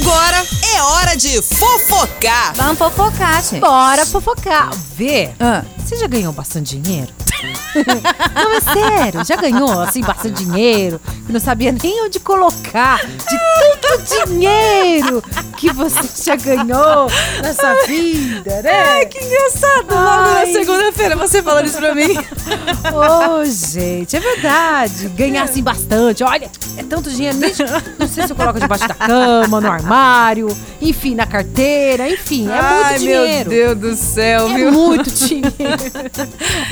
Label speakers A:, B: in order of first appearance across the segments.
A: Agora é hora de fofocar.
B: Vamos fofocar, gente.
C: Bora fofocar. Vê,
B: Ah.
C: você já ganhou bastante dinheiro? não, é sério. Já ganhou, assim, bastante dinheiro? Que não sabia nem onde colocar. De tanto dinheiro que você já ganhou nessa vida, né?
B: Ai, que engraçado. Logo
C: Ai.
B: na segunda-feira você
C: é
B: falando isso pra mim.
C: Ô, gente, é verdade. Ganhar assim bastante. Olha, é tanto dinheiro. nem- Não sei se eu coloco debaixo da cama, no armário, enfim, na carteira, enfim. É
B: Ai,
C: muito dinheiro.
B: meu Deus do céu,
C: É
B: viu?
C: muito dinheiro.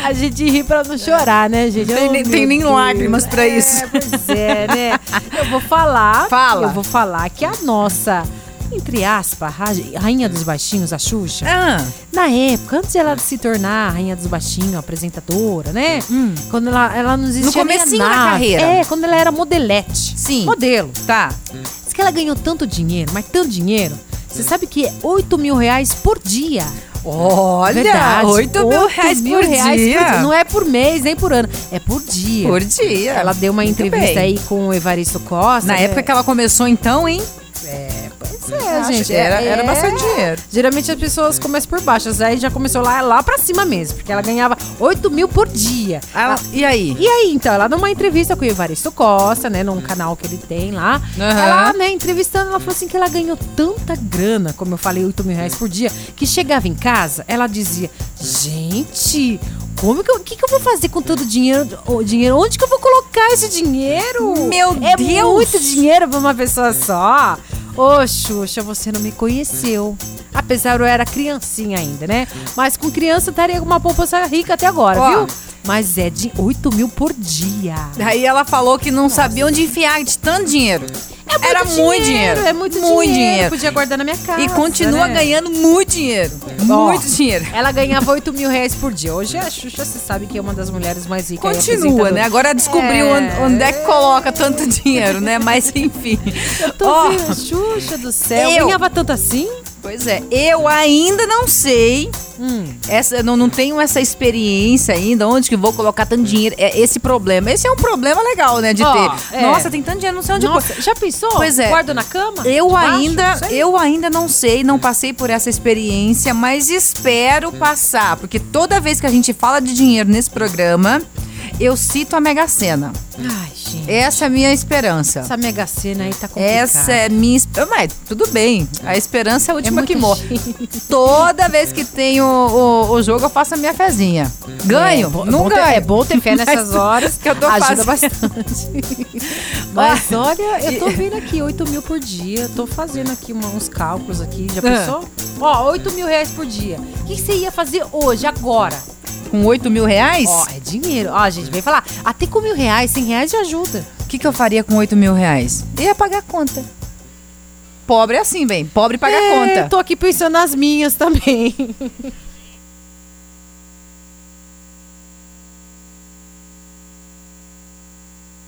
C: A gente ri pra não chorar, né, gente?
B: Tem
C: Oh,
B: nem-
C: meu
B: tem nem
C: Deus.
B: lágrimas pra isso.
C: É, pois é, né? Eu vou falar.
B: Fala.
C: Eu vou falar que a nossa, entre aspas, ra- rainha dos baixinhos, a Xuxa,
B: Ah,
C: na época, antes ela se tornar a rainha dos baixinhos, apresentadora, né? Quando ela, ela não existia nem a
B: Hum. comecinho da
C: nave.
B: carreira.
C: É, quando ela era modelete.
B: Sim.
C: Modelo.
B: tá.
C: Diz que ela ganhou tanto dinheiro, mas tanto dinheiro. Você sabe que é 8 mil reais por dia.
B: Olha,
C: Verdade.
B: oito mil
C: Oito
B: reais
C: mil
B: por
C: reais
B: dia.
C: Não é por mês, nem por ano. É por dia.
B: Por dia.
C: Ela deu uma
B: Muito
C: entrevista
B: bem.
C: aí com o Evaristo Costa.
B: Na
C: né?
B: época que ela começou, então, hein?
C: Pois é,
B: Acho
C: gente.
B: que era-
C: é-
B: era bastante dinheiro.
C: Geralmente as pessoas começam por baixo. Essa aí já começou lá, lá pra cima mesmo, porque ela ganhava 8 mil por dia.
B: Ela- e aí?
C: Ah. E aí, então, ela deu uma entrevista com o Evaristo Costa, né, num canal que ele tem lá.
B: Aham.
C: Ela, né, entrevistando, ela falou assim que ela ganhou tanta grana, como eu falei, 8 mil reais por dia, que chegava em casa, ela dizia, gente... Como que eu, que que eu vou fazer com todo o dinheiro, o dinheiro? Onde que eu vou colocar esse dinheiro?
B: Meu
C: é É
B: Deus!
C: muito dinheiro pra uma pessoa só. Ô, Xuxa, você não me conheceu. Apesar eu era criancinha ainda, né? Mas com criança eu estaria com uma poupança rica até agora,
B: Ó.
C: viu? Mas é de 8 mil por dia.
B: Aí ela falou que não sabia onde enfiar de tanto dinheiro. Era muito dinheiro.
C: É muito, dinheiro. Podia guardar na minha casa.
B: E continua
C: né?
B: ganhando muito dinheiro.
C: Ó, é
B: muito dinheiro.
C: Ela ganhava 8 mil reais por dia. Hoje a Xuxa, você sabe que é uma das mulheres mais ricas. e
B: Continua, né?
C: apresentadoras.
B: Agora descobriu
C: É.
B: onde- onde é que coloca tanto dinheiro, né? Mas enfim.
C: Tô
B: né? Ó,
C: vendo, Xuxa do céu.
B: eu-
C: Ganhava tanto assim?
B: pois é, eu ainda não sei.
C: Hum.
B: Essa, eu não, não tenho essa experiência ainda, onde que vou colocar tanto dinheiro. É esse problema. Esse é um problema legal, né? De
C: Ó,
B: ter.
C: é.
B: Nossa, tem tanto dinheiro, não sei onde pôr.
C: Nossa, já pensou?
B: Pois é.
C: Guardo na cama?
B: Eu
C: Debaixo?
B: ainda,
C: Isso aí.
B: eu ainda não sei, não passei por essa experiência, mas espero passar, porque toda vez que a gente fala de dinheiro nesse programa, eu cito a Mega Sena.
C: Ai, gente.
B: Essa é a minha esperança.
C: Essa mega cena aí tá complicada.
B: Essa é minha. esp- Mas tudo bem, a esperança é a
C: É
B: última
C: muito
B: que morre. Toda vez que tem o, o- o jogo, eu faço a minha fezinha. Ganho?
C: É, bo- é
B: não
C: bom ter-
B: ganho.
C: é bom ter fé nessas
B: Mas-
C: horas.
B: que eu tô
C: Ajuda
B: fazendo.
C: Mas
B: Ah,
C: olha, eu tô vendo aqui 8 mil por dia. Tô fazendo aqui uma- uns cálculos aqui. Já
B: Ah.
C: pensou? Ó, 8 mil reais por dia. O que que você ia fazer hoje, agora?
B: Com 8 mil reais?
C: Ó, é dinheiro. Ó, gente, vem falar. Até com mil reais, 100 reais já ajuda.
B: O que, que eu faria com 8 mil reais? Ia pagar conta. Pobre é assim, bem. Pobre paga
C: É,
B: conta.
C: Tô aqui pensando nas minhas também.